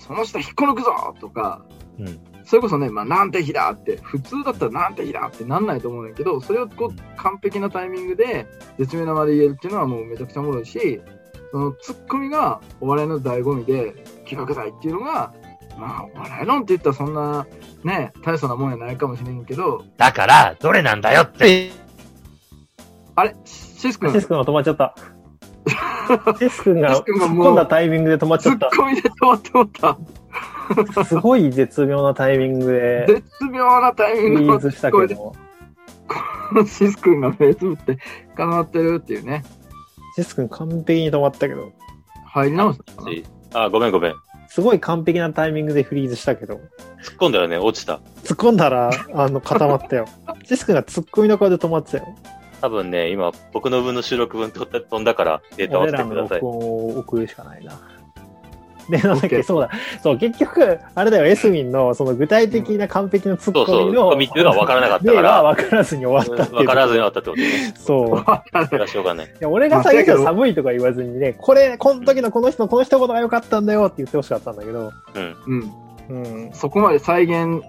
Speaker 1: その下引っこ抜くぞとか、
Speaker 2: うんうん。
Speaker 1: それこそね、まあ、なんて日だって、普通だったらなんて日だってなんないと思うねんだけど、それをこ
Speaker 2: うん
Speaker 1: う、完璧なタイミングで、絶妙なまで言えるっていうのはもうめちゃくちゃおもろいし、そのツッコミがお笑いの醍醐味で、起爆剤っていうのが、まあ、お笑い論って言ったらそんな、ね、大層なもんやないかもしれんけど、
Speaker 2: だから、どれなんだよって。
Speaker 1: あれシス君、
Speaker 3: シ
Speaker 1: ツ
Speaker 3: ス君が止まっちゃった。シス君が
Speaker 1: シス
Speaker 3: 突っ
Speaker 1: 君がもう
Speaker 3: 込んだタイミングで止まっちゃっ
Speaker 1: ッ
Speaker 3: た。
Speaker 1: コミで止まってもった。
Speaker 3: すごい絶妙なタイミングで、
Speaker 1: 絶妙なタイ
Speaker 3: フ
Speaker 1: ミン
Speaker 3: リ
Speaker 1: グ
Speaker 3: ー
Speaker 1: を
Speaker 3: ズしたけど、
Speaker 1: シス君が目つぶって固まってるっていうね。
Speaker 3: ジス君完璧に止まったけど、
Speaker 1: 入り直したかな。
Speaker 2: あ、ごめんごめん。
Speaker 3: すごい完璧なタイミングでフリーズしたけど、
Speaker 2: 突っ込んだらね、落ちた。
Speaker 3: 突っ込んだら、あの、固 まったよ。ジス君が突っ込みの顔で止まってたよ。
Speaker 2: 多分ね、今、僕の分の収録分とった飛んだから、データ合わ
Speaker 3: 俺
Speaker 2: せ
Speaker 3: ら
Speaker 2: て
Speaker 3: の
Speaker 2: ください
Speaker 3: 録。音を送るしかないな。で、なんだっ
Speaker 1: OK
Speaker 3: け、そうだ。そう、結局、あれだよ、エスミンの、その具体的な完璧な突
Speaker 2: そ
Speaker 3: っ
Speaker 2: うそ
Speaker 3: 込
Speaker 2: う、
Speaker 3: み
Speaker 2: コ
Speaker 3: の、
Speaker 2: ミットが分からなかった
Speaker 3: 例
Speaker 2: か
Speaker 3: が
Speaker 2: ら、
Speaker 3: 分からずに終わったっていう。
Speaker 2: 分からずに終わったってことね。
Speaker 3: そう。い
Speaker 2: それはしょ うがない。
Speaker 3: や俺が
Speaker 1: まあ
Speaker 3: 最
Speaker 1: だけ
Speaker 3: 初
Speaker 1: ど
Speaker 3: 寒いとか言わずにね、これ、この時のこの人のこの一言が良かったんだよって言ってほしかったんだけど、
Speaker 2: うん。
Speaker 1: うん。
Speaker 3: うん。
Speaker 1: そこまで再現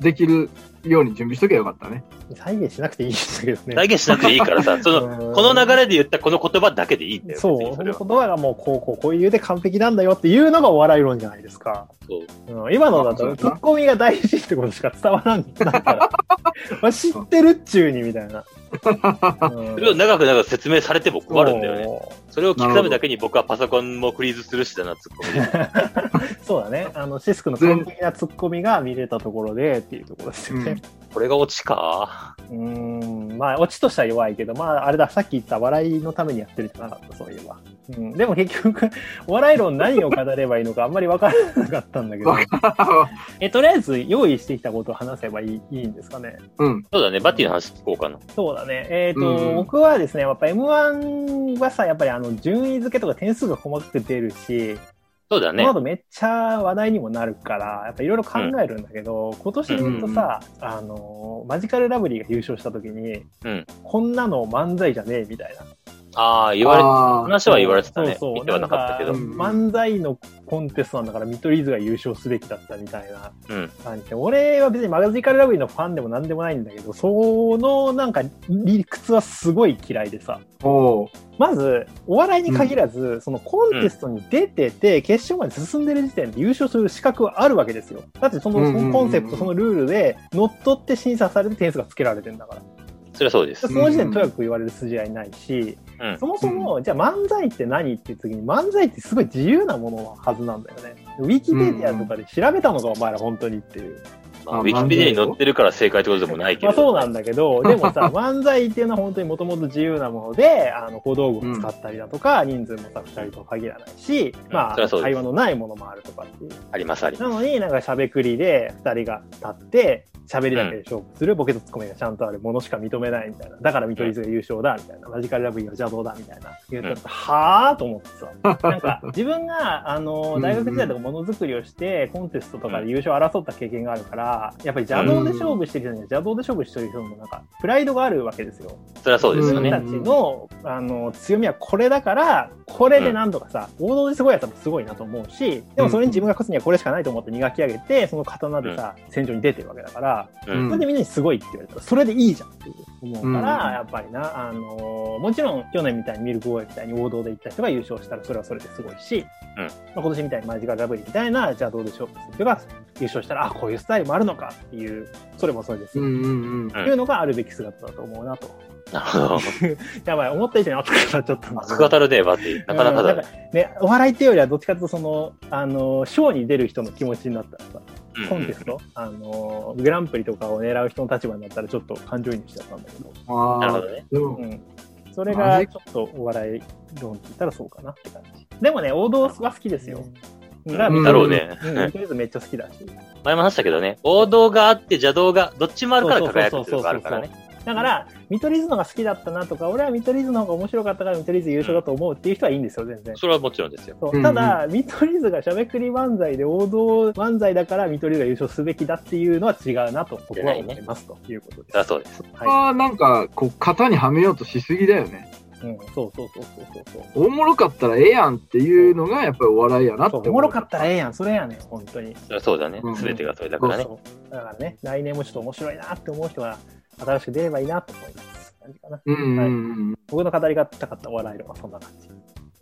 Speaker 1: できるように準備しとけばよかったね。
Speaker 3: 再現しなくていいんだけどね。
Speaker 2: 再現しなくていいからさ、その、
Speaker 3: うん
Speaker 2: この流れで言ったこの言葉だけでいいんだよ。
Speaker 3: そう、
Speaker 2: 別に
Speaker 3: そ
Speaker 2: そ
Speaker 3: の
Speaker 2: れ
Speaker 3: 言
Speaker 2: は
Speaker 3: 葉がもうこうこうこういう理由で完璧なんだよっていうのがお笑い論じゃないですか。
Speaker 2: そう
Speaker 3: うん、今のだ
Speaker 1: そう
Speaker 3: と
Speaker 1: だな
Speaker 3: ツッコミが大事ってことしか伝わらんないから まあ知ってるっちゅうにみたいな。うん
Speaker 2: それを長く長く説明されても困るんだよね。
Speaker 3: そ
Speaker 2: それを聞くためだけに僕はパソコンもフリーズするしだな、ツッコミで。
Speaker 3: う。そうだね。あの、シスクの完璧なツッコミが見れたところでっていうところですよね。
Speaker 2: これがオチか
Speaker 3: うん、まあ、オチとしては弱いけど、まあ、あれだ、さっき言った笑いのためにやってるんじゃなかった、そういえば。うん、でも結局、お笑い論何を語ればいいのかあんまり分からなかったんだけど
Speaker 1: わ。か
Speaker 3: え、とりあえず用意してきたことを話せばいいいいんですかね。
Speaker 1: うん。
Speaker 2: そうだね、バッティの話聞こうかな。
Speaker 3: そうだね。えっ、と、
Speaker 1: うん
Speaker 3: 僕はですね、やっぱ M1 はさ、やっぱりあの、順位付けとか点数が細かく出るし、
Speaker 2: そうだ
Speaker 3: こ
Speaker 2: ね
Speaker 3: の。後めっちゃ話題にもなるから、やっぱいろいろ考えるんだけど、今年で言うとさ、あの、マジカルラブリーが優勝した時に、
Speaker 2: うん
Speaker 3: こんなの漫才じゃねえみたいな。
Speaker 2: ああ、言われ、
Speaker 1: あー
Speaker 2: 話は言われてたね。
Speaker 3: そうそう
Speaker 2: 見てはなかったけど。
Speaker 1: な
Speaker 2: うん
Speaker 1: か
Speaker 3: ん漫才のコンテストなんだから、見取り図が優勝すべきだったみたいな。
Speaker 2: ん。
Speaker 3: 感じで俺は別にマガジカルラブリーのファンでも何でもないんだけど、そのなんか理屈はすごい嫌いでさ。
Speaker 1: おう
Speaker 3: まず、お笑いに限らず、そのコンテストに出てて、決勝まで進んでる時点で優勝する資格はあるわけですよ。だってその,、
Speaker 1: うんうんうん
Speaker 3: そのコンセプト、そのルールで、乗っ取って審査されて点数がつけられてるんだから。
Speaker 2: それはそうです。
Speaker 3: その時点でとやかく言われる筋合いないし、
Speaker 2: うん
Speaker 3: そもそも、じゃあ漫才って何っていう時に、漫才ってすごい自由なもののはずなんだよね。ウィキペディアとかで調べたのか、お前ら本当にっていう。
Speaker 2: まあウィキペディアに載ってるから正解ってことでもないけ
Speaker 3: まあ、そう
Speaker 2: ど。
Speaker 3: なんだ けど、でもさ、漫才っていうのは本当にもともと自由なもので、あの、小道具を使ったりだとか、人数もさ、二人と限らないし、
Speaker 2: そ
Speaker 3: まあ、
Speaker 2: りゃそうです
Speaker 3: 会話のないものもあるとかっていう。
Speaker 2: あります、あります。
Speaker 3: なのになんかしゃべくりで二人が立って、喋りだけで勝負する、ボケとツッコミがちゃんとあるものしか認めないみたいな。だから見取り図が優勝だ、みたいな。マジカルラブリーは邪道だ、みたいな。言ったらはぁと思ってさ。なんか、自分が、あ
Speaker 1: うんう
Speaker 3: の、
Speaker 1: ん
Speaker 3: 大学時代とかものづくりをして、コンテストとかで優勝を争った経験があるから、やっぱり邪道で勝負してる人には邪道で勝負してる人もなんか、プライドがあるわけですよ。
Speaker 2: それはそうですよ
Speaker 3: 自
Speaker 2: ね。
Speaker 3: 分たちの、あの、強みはこれだから、これでなんとかさ、王道ですごいやつもすごいなと思うし、でもそれに自分が勝つにはこれしかないと思って磨き上げて、その刀でさ、戦場に出てるわけだか
Speaker 2: う
Speaker 3: ら、
Speaker 1: うん
Speaker 2: ん。
Speaker 3: それでみんなにすごいって言われたら、それでいいじゃんって思うから、
Speaker 1: うん
Speaker 3: やっぱりな、あのーもちろん去年みたいにミルクボーイみたいに王道で行った人が優勝したら、それはそれですごいし、
Speaker 2: うん
Speaker 3: まあ、今年みたいにマジカルラブリーみたいな、じゃあどうでしょうって人が優勝したら、あ、こういうスタイルもあるのかっていう、それもそれです
Speaker 1: う
Speaker 3: よ。
Speaker 1: んうんうん。
Speaker 2: うん
Speaker 3: っていうのがあるべき姿だと思うなと。
Speaker 2: なるほど。
Speaker 3: やばい、思った以上に熱くなっちゃったんだけ
Speaker 2: 熱
Speaker 3: ど
Speaker 2: く語るね、バッティ。なかなかだ
Speaker 3: うん
Speaker 2: ね
Speaker 3: ん。ね、お笑いっていうよりは、どっちかというと、その、あのー、ショーに出る人の気持ちになったらさ、
Speaker 2: うん
Speaker 3: コンテスト、あのー、グランプリとかを狙う人の立場になったら、ちょっと感情移入しちゃったんだけど。
Speaker 1: あ
Speaker 2: なるほ
Speaker 1: あ。
Speaker 2: どね。
Speaker 1: で
Speaker 3: う
Speaker 1: も、
Speaker 3: ん、それ
Speaker 1: マ
Speaker 3: が
Speaker 1: ジ
Speaker 3: ちょっとお笑い論って言ったらそうかなって感じ。でもね、王道は好きですよ。だから
Speaker 1: うんだろう
Speaker 2: ね
Speaker 3: うん見取り図めっちゃ好きだし。
Speaker 2: 前も話したけどね、王道があって邪道が、どっちもあるから輝くっていうのがあるからね。
Speaker 3: だから、見取り図のが好きだったなとか、俺は見取り図の方が面白かったから見取り図優勝だと思うっていう人はいいんですよ、全然。
Speaker 2: それはもちろんですよ。
Speaker 3: そう
Speaker 1: うんうん
Speaker 3: ただ、見取り図がしゃべくり漫才で王道漫才だから見取り図が優勝すべきだっていうのは違うなと僕は思いますということです。
Speaker 2: だそうです。
Speaker 1: これはなんか、こう、型にはめようとしすぎだよね。
Speaker 3: い。うん、そうそうそうそうそうそう。
Speaker 1: おもろかったらええやんっていうのが、やっぱりお笑いやなって
Speaker 3: そう
Speaker 1: 思う。
Speaker 3: おもろかったらええやん、それやねん、本当に。
Speaker 2: それはそうだね
Speaker 1: うん。
Speaker 2: すべてがそれだからね。
Speaker 3: そうだからね、来年もちょっと面白いなって思う人が新しく出ればいいなと思います。感じかな。
Speaker 1: うんうん
Speaker 3: は
Speaker 1: う
Speaker 3: い
Speaker 1: んうん。
Speaker 3: 僕の語りがたかったお笑い論はそんな感じ。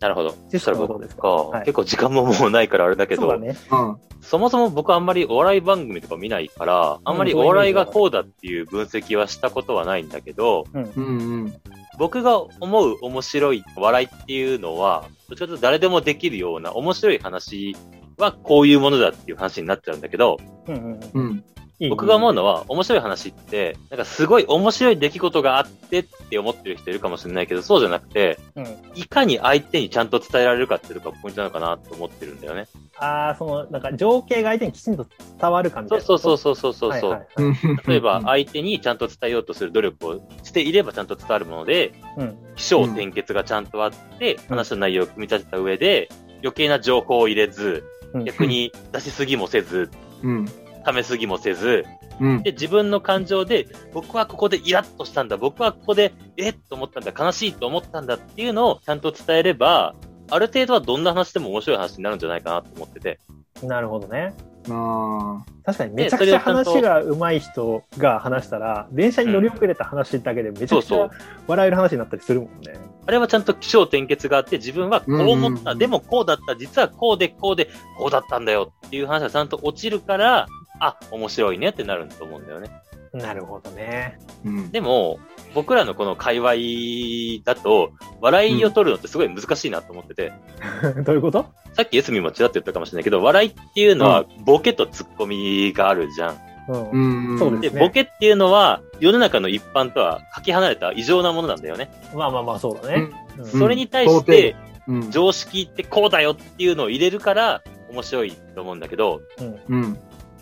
Speaker 2: なるほど。
Speaker 3: ジェス
Speaker 2: そ
Speaker 3: さん
Speaker 2: れ
Speaker 3: はどう
Speaker 2: 僕
Speaker 3: ですか
Speaker 2: か、
Speaker 3: はい
Speaker 2: 結構時間ももうないからあれだけ
Speaker 3: そう
Speaker 2: ど、
Speaker 3: だね。
Speaker 1: うん。
Speaker 2: そもそも僕あんまりお笑い番組とか見ないから、あんまりお笑いがこうだっていう分析はしたことはないんだけど、
Speaker 1: うんうん。
Speaker 2: 僕が思う面白い笑いっていうのは、どっちかというと誰でもできるような面白い話はこういうものだっていう話になっちゃうんだけど、
Speaker 3: うんうんうん
Speaker 1: うん。
Speaker 3: いい
Speaker 2: 僕が思うのは面白い話って、なんかすごい面白い出来事があってって思ってる人いるかもしれないけど、そうじゃなくて、
Speaker 3: うん
Speaker 2: いかに相手にちゃんと伝えられるかっていうのがポイントなのかなと思ってるんだよね。
Speaker 3: ああ、その、なんか情景が相手にきちんと伝わる感じ
Speaker 2: そうそうそう
Speaker 3: そ
Speaker 2: そうそうそう。
Speaker 3: はいはいはい
Speaker 2: 例えば、相手にちゃんと伝えようとする努力をしていればちゃんと伝わるもので、
Speaker 3: うん。
Speaker 2: 起承転結がちゃんとあって、話の内容を組み立てた上で、余計な情報を入れず
Speaker 3: う、ん
Speaker 2: 逆に出しすぎもせず、
Speaker 1: うん。
Speaker 2: ためすぎもせず、
Speaker 1: うん。
Speaker 2: で、自分の感情で、僕はここでイラッとしたんだ、僕はここで、えっと思ったんだ、悲しいと思ったんだっていうのをちゃんと伝えれば、ある程度はどんな話でも面白い話になるんじゃないかなと思ってて。
Speaker 3: なるほどね。
Speaker 1: あ
Speaker 3: 確かにめちゃくちゃ話が上手い人が話したら、電車に乗り遅れた話だけでめちゃくち
Speaker 2: そうそう
Speaker 3: ゃ笑える話になったりするもんね。
Speaker 2: あれはちゃんと起承転結があって、自分はこう
Speaker 1: う
Speaker 2: 思った、
Speaker 1: んうんうん
Speaker 2: でもこうだった、実はこうでこうで、こうだったんだよっていう話がちゃんと落ちるから、あ、面白いねってなると思うんだよね。
Speaker 3: なるほどね。
Speaker 1: ーうん。
Speaker 2: でも、僕らのこの界隈だと、笑いを取るのってすごい難しいなと思ってて、
Speaker 3: どういうこと
Speaker 2: さっきエスミンもちらっと言ったかもしれないけど、笑いっていうのはボケとツッコミがあるじゃん。
Speaker 3: うん。
Speaker 1: うん。
Speaker 3: そう
Speaker 2: で、
Speaker 3: ね
Speaker 2: ボケっていうのは世の中の一般とはかけ離れた異常なものなんだよね。
Speaker 3: まあまあまあ、そうだね。うん
Speaker 1: うん
Speaker 2: それに対して、
Speaker 1: うん。
Speaker 2: 常識ってこうだよっていうのを入れるから面白いと思うんだけど、
Speaker 1: うん。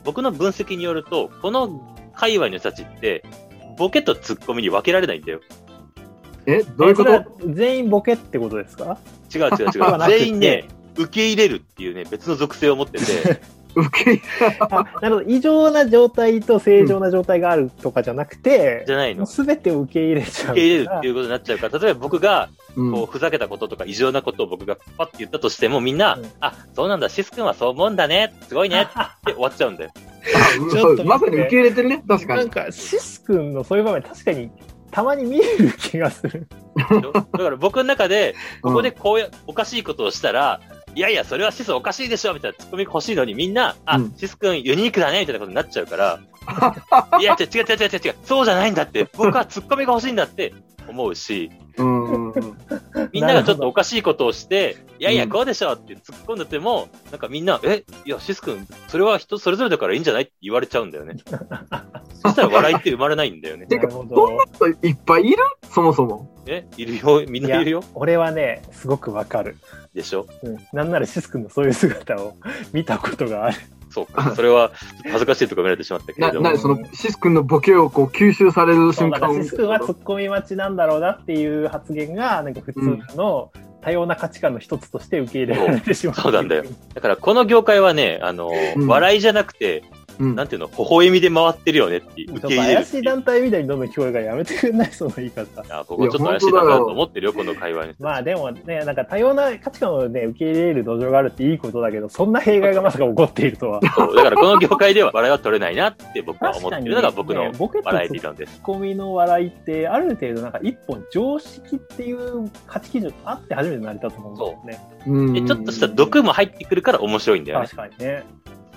Speaker 2: 僕の分析によると、この界隈の人たちって、ボケとツッコミに分けられないんだよ。
Speaker 1: え、どういうこと
Speaker 3: えそれは全員ボケってことです か
Speaker 2: 違う違う違
Speaker 3: 合わ
Speaker 2: う。
Speaker 3: なくて
Speaker 2: 全員ね、受け入れるっていうね、別の属性を持って て、
Speaker 1: 受け入
Speaker 3: あなるほど。異常な状態と正常な状態があるとかじゃなくて、
Speaker 2: じゃないの。
Speaker 3: すべてを受け入れちゃう。
Speaker 2: 受け入れるっていうことになっちゃうから、例えば僕が、
Speaker 1: うん
Speaker 2: こう、ふざけたこととか異常なことを僕がパッて言ったとしても、みんな、
Speaker 3: うん
Speaker 2: あ、そうなんだ、シス君はそう思うんだね、すごいね、って終わっちゃうんだよ。
Speaker 1: あ
Speaker 3: ちょっと待って
Speaker 1: まさに受け入れてるね、確か
Speaker 3: なん
Speaker 1: に。
Speaker 3: か、シス君のそういう場面、確かに、たまに見える気がする。
Speaker 2: でしょだから僕の中で、ここで
Speaker 1: うん、
Speaker 2: こうや、おかしいことをしたら、いやいや、それはシスおかしいでしょみたいなツッコミ欲しいのに、みんな、あ、
Speaker 1: うん
Speaker 2: シス君ユニークだねみたいなことになっちゃうから、 いや、違う違う違う違う違う、そうじゃないんだって、僕はツッコミが欲しいんだって思うし、
Speaker 1: うん。うん
Speaker 2: みんなが
Speaker 3: なる
Speaker 2: ち
Speaker 3: ほど
Speaker 2: ょっとおかしいことをして、いやいうや、
Speaker 1: ん
Speaker 2: こうでしょって突っ込んでても、なんかみんな、え、いや、シス君、それは人それぞれだからいいんじゃないって言われちゃうんだ よね。そしたら笑いって生まれないんだよね。
Speaker 1: てか
Speaker 3: なるほ
Speaker 1: そん
Speaker 3: ど。
Speaker 1: いっぱいいるそもそも。
Speaker 2: え、いるよ、みんないるよ
Speaker 3: 俺はね、すごくわかる。
Speaker 2: でしょ
Speaker 3: うん。なんならシス君のそういう姿を 見たことがある。
Speaker 2: そうか。それは、恥ずかしいとこ見られてしまったけれ
Speaker 1: な、
Speaker 2: ど
Speaker 1: な
Speaker 2: も。
Speaker 1: にその、シス君のボケをこう吸収される瞬
Speaker 3: だか
Speaker 1: 間を
Speaker 3: らシ
Speaker 1: 見
Speaker 3: ス
Speaker 1: て
Speaker 3: 君はツッコミ待ちなんだろうなっていう発言が、なんか普通の多様な価値観の一つとして受け入れられてしまう。
Speaker 2: そうなんだよ。だから、この業界はね、あの、
Speaker 1: うん
Speaker 2: 笑いじゃなくて、
Speaker 1: うん
Speaker 2: なんていうの、微笑みで回ってるよねって、
Speaker 3: ちょ
Speaker 2: 受
Speaker 3: っと
Speaker 2: け入れる
Speaker 3: 怪
Speaker 2: って
Speaker 3: し
Speaker 2: い。
Speaker 3: いう団体みたいにどんどん聞こえるからやめてくれない、その言い方。
Speaker 2: あここちょっと怪しいなと思ってるよ、この会話に。
Speaker 3: まあでもね、なんか多様な価値観をね、受け入れる土壌があるっていいことだけど、そんな弊害がまさか起こっているとは。
Speaker 2: そうだから、この業界では笑いは取れないなって僕は 思ってるのが僕の
Speaker 3: ねボケとツ
Speaker 2: 笑い理
Speaker 3: ッ
Speaker 2: 論です。
Speaker 3: コミの笑いって、ある程度なんか一本常識っていう価値基準あって初めて成り立つもんだよね。
Speaker 2: で、ちょっとした毒も入ってくるから面白いんだよね。
Speaker 3: 確かにね。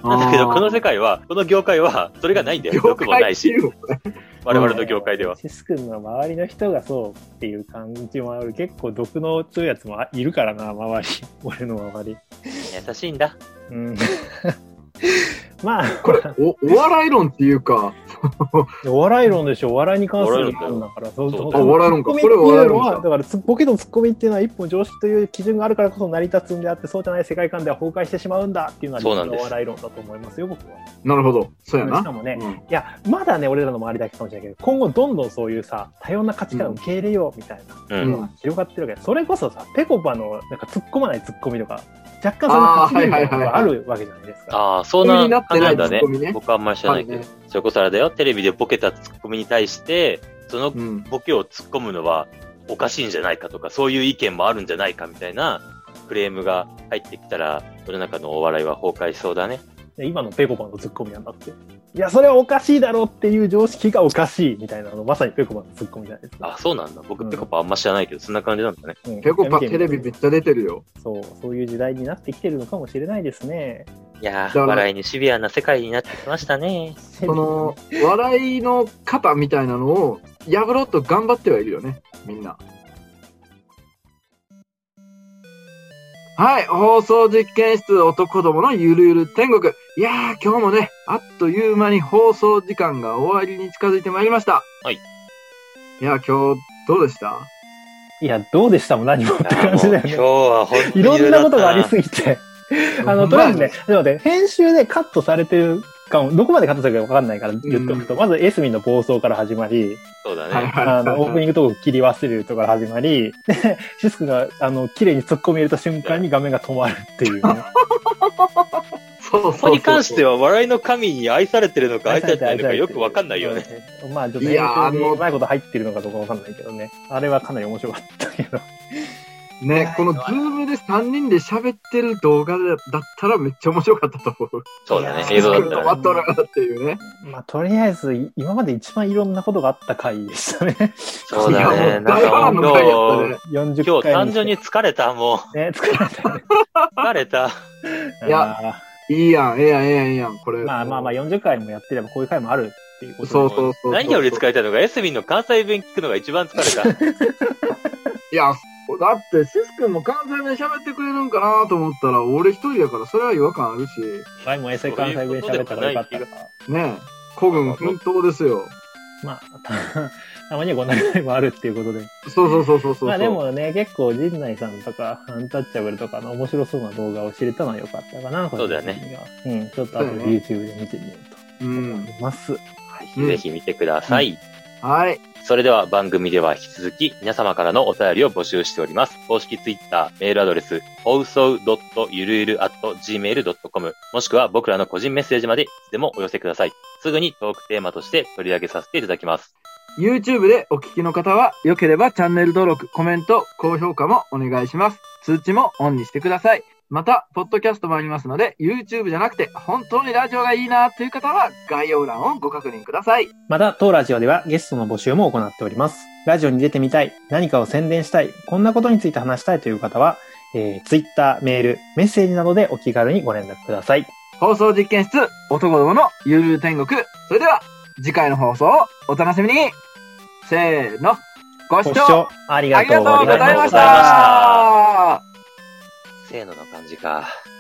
Speaker 1: な
Speaker 2: だけど、この世界は、この業界は、それがないんだよね。毒もないし、我々の業界では。
Speaker 3: シス君の周りの人がそうっていう感じもある。結構毒の強いやつもいるからな、周り。 俺の周り。
Speaker 2: 優しいんだ。
Speaker 3: うん。まあ、
Speaker 1: これお、お笑い論っていうか、
Speaker 3: お笑い論でしょ、お笑いに関する論だから、そうう
Speaker 2: そう
Speaker 3: そう。
Speaker 1: あお笑い論か
Speaker 3: ツッ
Speaker 1: こ
Speaker 3: コ
Speaker 1: れ
Speaker 3: ミ
Speaker 1: はお笑いう
Speaker 3: っていの
Speaker 1: 論か
Speaker 3: は、だからツッボケとツッコミっていうのは一本常識という基準があるからこそ成り立つんであって、そうじゃない世界観では崩壊してしまうんだっていうのは、
Speaker 2: そうなんです
Speaker 3: お笑い論だと思いますよ、僕は。
Speaker 1: なるほど。そうや
Speaker 3: し
Speaker 1: な。
Speaker 3: かもね、
Speaker 1: うん
Speaker 3: いや、まだね、俺らの周りだけかもしれないけど、今後どんどんそういうさ、多様な価値観を受け入れようみたいな
Speaker 2: うん。
Speaker 3: のが広がってるわけで、それこそさ、ペコパのなんか突っ込まない突っ込みとか、若干その
Speaker 1: あー
Speaker 3: 価値観とかが
Speaker 1: は
Speaker 3: あ
Speaker 1: いはい
Speaker 3: るわけじゃないですか。
Speaker 2: ああ、そうな
Speaker 1: 気になって
Speaker 2: 感じ
Speaker 1: な
Speaker 2: ないんだ
Speaker 1: ツッ
Speaker 2: ね
Speaker 1: コミね。
Speaker 2: 僕あんまり知らないけ
Speaker 1: ある
Speaker 2: ど
Speaker 1: ね。
Speaker 2: それこそあれだよ。テレビでボケたツッコミに対して、その
Speaker 1: うん。
Speaker 2: ボケを突っ込むのはおかしいんじゃないかとか、そういう意見もあるんじゃないかみたいなクレームが入ってきたら、世の中のお笑いは崩壊しそうだね。
Speaker 3: で今のペコパの突っ込みなんだって。いや、それはおかしいだろうっていう常識がおかしいみたいなの、まさにペコパのツッコミじゃないですか。
Speaker 2: あ、そうなんだ。僕、ペコパあんま知らないけど、そんな感じなんだね。
Speaker 3: うん
Speaker 1: ペコパテレビめっちゃ出てるよ。
Speaker 3: そう、そういう時代になってきてるのかもしれないですね。
Speaker 2: いや
Speaker 1: だか
Speaker 2: ー、
Speaker 1: ら
Speaker 2: 笑いにシビアな世界になってきましたね。
Speaker 1: その、笑いの型みたいなのを破ろうと頑張ってはいるよね、みんな。はい、放送実験室男どものゆるゆる天国。いやー、今日もね、あっという間に放送時間が終わりに近づいてまいりました。
Speaker 2: はい。
Speaker 1: いや、今日、どうでした
Speaker 3: いや、どうでしたも何もって
Speaker 2: いや
Speaker 3: 感
Speaker 2: もう
Speaker 3: じだよ
Speaker 2: 今日
Speaker 3: ね。
Speaker 2: は本当
Speaker 3: い
Speaker 2: に
Speaker 3: ろんなことがあり
Speaker 2: ぎ
Speaker 3: すぎて。あ
Speaker 1: ほ
Speaker 3: の、
Speaker 1: ん
Speaker 3: と
Speaker 1: まや
Speaker 3: りあえずね、ちょっと待って、編集でカットされてるかも、どこまでカットされてるかわかんないから言っておくと、まずエスミンの暴走から始まり、
Speaker 2: そうだね。
Speaker 1: はいはい
Speaker 3: あの、オープニングトーク切り忘れるところから始まり、でシスクが、あの、綺麗に突っ込み入れた瞬間に画面が止まるっ ていうね。
Speaker 1: そうそうそう
Speaker 2: ここに関しては、笑いの神に愛されてるのか愛されてないのかよくわかんないよね。
Speaker 3: うん。まあ、ちょっと
Speaker 1: いやー
Speaker 3: 編集にうまいこと入ってるのかどうかわかんないけどね。あれはかなり面白かったけど。
Speaker 1: ね、このズームで3人で喋ってる動画だったらめっちゃ面白かったと思う。
Speaker 2: そうだね。
Speaker 3: いや
Speaker 2: 映像だっ
Speaker 1: 止
Speaker 2: たら
Speaker 1: ま
Speaker 2: ね。
Speaker 1: っとるっていうね。
Speaker 3: まあ、とりあえず、い今まで一番いろんなことがあった回でしたね。
Speaker 2: そう
Speaker 1: い
Speaker 2: だ
Speaker 1: やも
Speaker 2: ね。
Speaker 1: う
Speaker 2: なん
Speaker 1: 大
Speaker 2: か
Speaker 1: 波乱
Speaker 2: も
Speaker 1: の回やった
Speaker 2: う
Speaker 1: ね。
Speaker 3: 40
Speaker 2: 今
Speaker 3: 回
Speaker 2: 日単
Speaker 3: して
Speaker 2: 純に疲れた、も
Speaker 3: ね、疲れたね。
Speaker 2: う。疲れた。
Speaker 1: いやいいやん、ええやん、ええやん、ええやん、これ。
Speaker 3: まあまあまあ、40回もやってればこういう回もあるっていうことで
Speaker 1: そうそうそう。
Speaker 2: 何より疲れたのが、エスミンの関西弁聞くのが一番疲れ た。
Speaker 1: いや、だって、シス君も関西弁喋ってくれるんかなと思ったら、俺一人やから、それは違和感あるし、
Speaker 3: 前も衛生関西弁喋ったらよかったか
Speaker 2: そ
Speaker 3: ら。
Speaker 1: ねえ、古軍奮闘ですよ。
Speaker 3: まあ、 たたまにはこんな回もあるっていうことで。
Speaker 1: そうそうそうそうそう。
Speaker 3: まあで、もね、結構陣内さんとか、アンタッチャブルとかの面白そうな動画を知れたのは良かったかな、
Speaker 2: そうだよね
Speaker 3: 個人的には。うん、ちょっと後で YouTube で見てみよ
Speaker 1: う
Speaker 3: うと思
Speaker 1: ん。
Speaker 3: います。
Speaker 1: うん
Speaker 2: ぜひ見てください。
Speaker 1: はい。
Speaker 2: それでは番組では引き続き皆様からのお便りを募集しております。公式ツイッター、メールアドレス、放送ゆるゆる .gmail.com もしくは僕らの個人メッセージまでいつでもお寄せください。すぐにトークテーマとして取り上げさせていただきます。
Speaker 1: YouTube でお聞きの方は、良ければチャンネル登録、コメント、高評価もお願いします。通知もオンにしてください。また、ポッドキャストもありますので、YouTube じゃなくて、本当にラジオがいいなという方は、概要欄をご確認ください。
Speaker 3: また、当ラジオではゲストの募集も行っております。ラジオに出てみたい、何かを宣伝したい、こんなことについて話したいという方は、えー、Twitter、メール、メッセージなどでお気軽にご連絡ください。
Speaker 1: 放送実験室、男どものゆるゆる天国。それでは、次回の放送をお楽しみにせーの、ご視
Speaker 3: ご視
Speaker 1: 聴
Speaker 3: 聴あり
Speaker 1: あ
Speaker 3: が
Speaker 1: り
Speaker 3: と
Speaker 1: が
Speaker 3: う
Speaker 1: とう
Speaker 3: ご
Speaker 1: ござ
Speaker 3: ざい
Speaker 1: いま
Speaker 3: ま
Speaker 1: し
Speaker 3: した
Speaker 2: ありがとうございました
Speaker 1: た
Speaker 2: せーのの感じか。